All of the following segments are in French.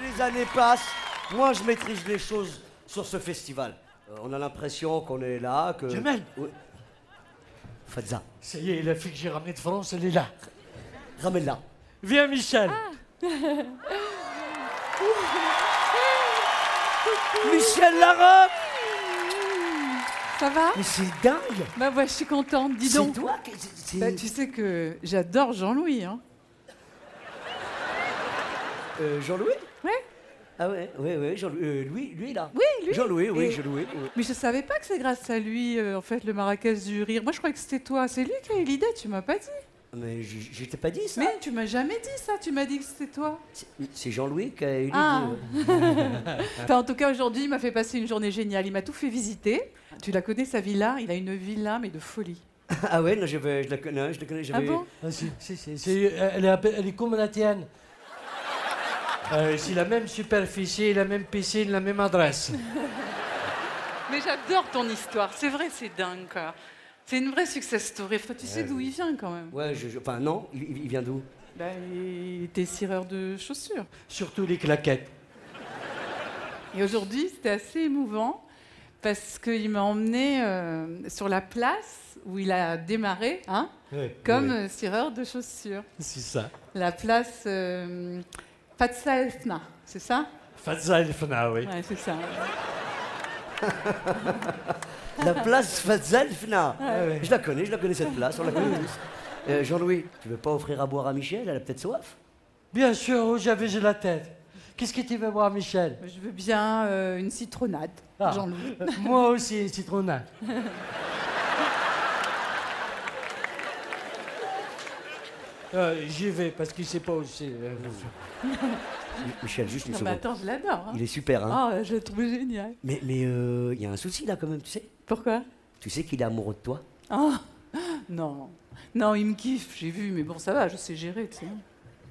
les années passent, moins je maîtrise les choses sur ce festival. Euh, on a l'impression qu'on est là, que. Jamel. Oui. Fadza, Ça y est, la fille que j'ai ramenée de France, elle est là. ramène-la. Viens, Michel. Michel Larocque Ça va Mais c'est dingue. Bah ouais, je suis contente, dis C'est donc. toi qui. c'est- c'est- Bah, tu sais que j'adore Jean-Louis. Hein. Euh, Jean-Louis Ouais. Ah ouais, ouais, ouais, Jean-Louis, euh, lui, lui là. Oui, lui. Jean-Louis, oui, Et- Jean-Louis. oui. Mais je savais pas que c'est grâce à lui, euh, en fait, le Marrakech du rire. Moi, je croyais que c'était toi. C'est lui qui a eu l'idée, tu m'as pas dit. Mais je, je t'ai pas dit ça. Mais tu m'as jamais dit ça, tu m'as dit que c'était toi. C'est- C'est Jean-Louis qui a eu l'idée. Ah. Ah. Enfin, en tout cas, aujourd'hui, il m'a fait passer une journée géniale. Il m'a tout fait visiter. Tu la connais, sa villa Il a une villa, mais de folie. Ah ouais, non, je, vais- je la connais, je la connais. Ah j'avais- bon Ah, si, si, si, si, euh, elle, est, un peu- elle est comme la tienne. Euh, c'est la même superficie, la même piscine, la même adresse. Mais j'adore ton histoire. C'est vrai, c'est dingue, quoi. C'est une vraie success story. Enfin, tu sais d'où il vient, quand même. Ouais, je, je- enfin non, il, il- il vient d'où Bah, il était cireur de chaussures. Surtout les claquettes. Et aujourd'hui, c'était assez émouvant parce qu'il m'a emmené euh, sur la place où il a démarré, hein, comme euh, cireur de chaussures. C'est ça. La place euh, Fatsa Elfna, c'est ça Fazza El Fnaoui. Ouais, c'est ça. La place Fazelfna. Ah ouais. Je la connais, je la connais cette place, on la connaît tous. Euh, Jean-Louis, tu veux pas offrir à boire à Michel Elle a peut-être soif. Bien sûr, où j'avais j'ai la tête. Qu'est-ce que tu veux voir, Michel Je veux bien euh, une citronnade, Ah. Jean-Louis. Moi aussi, une citronnade. Euh, J'y vais parce qu'il sait pas aussi. euh, M- Michel, juste une Non, mais seconde. Ah, attends, je l'adore. hein. Il est super, hein Ah, je le trouve génial. Mais mais euh, il y a un souci là quand même, tu sais Pourquoi Tu sais qu'il est amoureux de toi Ah, Non. Non, il me kiffe, j'ai vu, mais bon, ça va, je sais gérer, tu sais.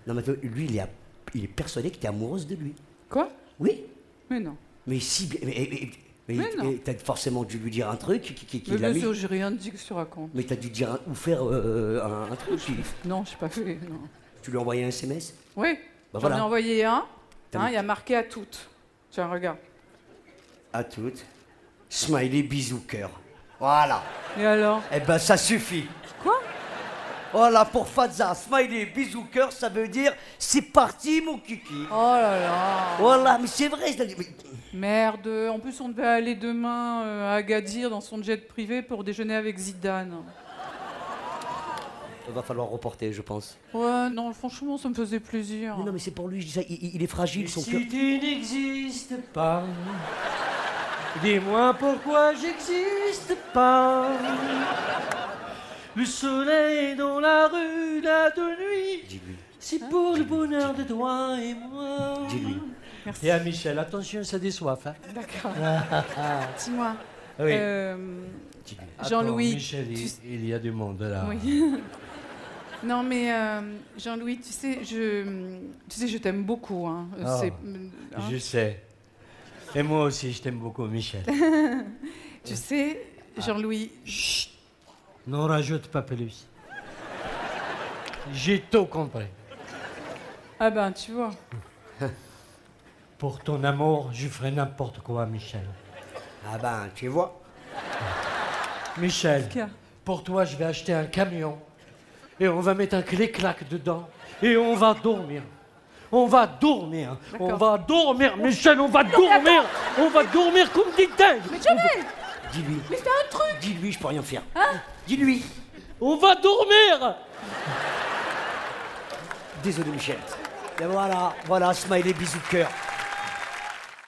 Non mais attends, lui, il est, a- il est persuadé que t'es amoureuse de lui. Quoi Oui Mais non. Mais si, mais, mais- mais- mais- Mais non. mais t'as dû forcément dû lui dire un truc qui, qui- qui Mais l'a mis. bien sûr, j'ai rien dit que tu racontes. Mais t'as dû dire un- ou faire euh, un, un truc. qui- Non, j'ai pas fait, non. tu lui as envoyé un SMS Oui, j'en Bah, voilà. ai envoyé un. T'as hein, mis- il y a marqué à toutes. Tiens, regarde. À toutes. Smiley, bisous, cœur. Voilà. Et alors Eh ben, ça suffit. Quoi Voilà, pour Fadza, smiley, bisous, cœur, ça veut dire c'est parti, mon kiki. Oh là là Voilà, mais c'est vrai. c'est- mais- Merde, en plus on devait aller demain euh, à Agadir dans son jet privé pour déjeuner avec Zidane. Il va falloir reporter, je pense. Ouais, non, franchement, ça me faisait plaisir. Mais non, mais c'est pour lui, je dis ça. Il, il- il est fragile, son cœur. Si tu n'existes pas, dis-moi pourquoi j'existe pas. Le soleil dans la rue, la de nuit, Dis-lui, c'est pour le bonheur de toi et moi. dis-lui. Et à Michel, attention, ça déçoit. Hein. D'accord. Ah. Dis-moi. Oui. euh, dis-lui. Attends, Jean-Louis, Michel, tu- il, il y a du monde là. Ah. Oui. Non mais euh, Jean-Louis, tu sais, je, tu sais, je t'aime beaucoup. Hein. Euh, Ah. c'est- hein. Je sais. Et moi aussi, je t'aime beaucoup, Michel. Tu sais, Ah. Jean-Louis, N'en rajoute pas plus. J'ai tout compris. ah ben tu vois. Pour ton amour, je ferai n'importe quoi, Michel. Ah ben, tu vois. Michel, Qu'est-ce pour toi, je vais acheter un camion et on va mettre un clic-clac dedans et on va dormir. On va dormir. On D'accord. va dormir, Michel, on va dormir. On va dormir comme des dingues. Dis-lui. Mais Hein fais un truc. Dis-lui, je peux rien faire. Dis-lui. On va dormir. Désolé, Michel. Et voilà, voilà, smiley, bisous, cœur.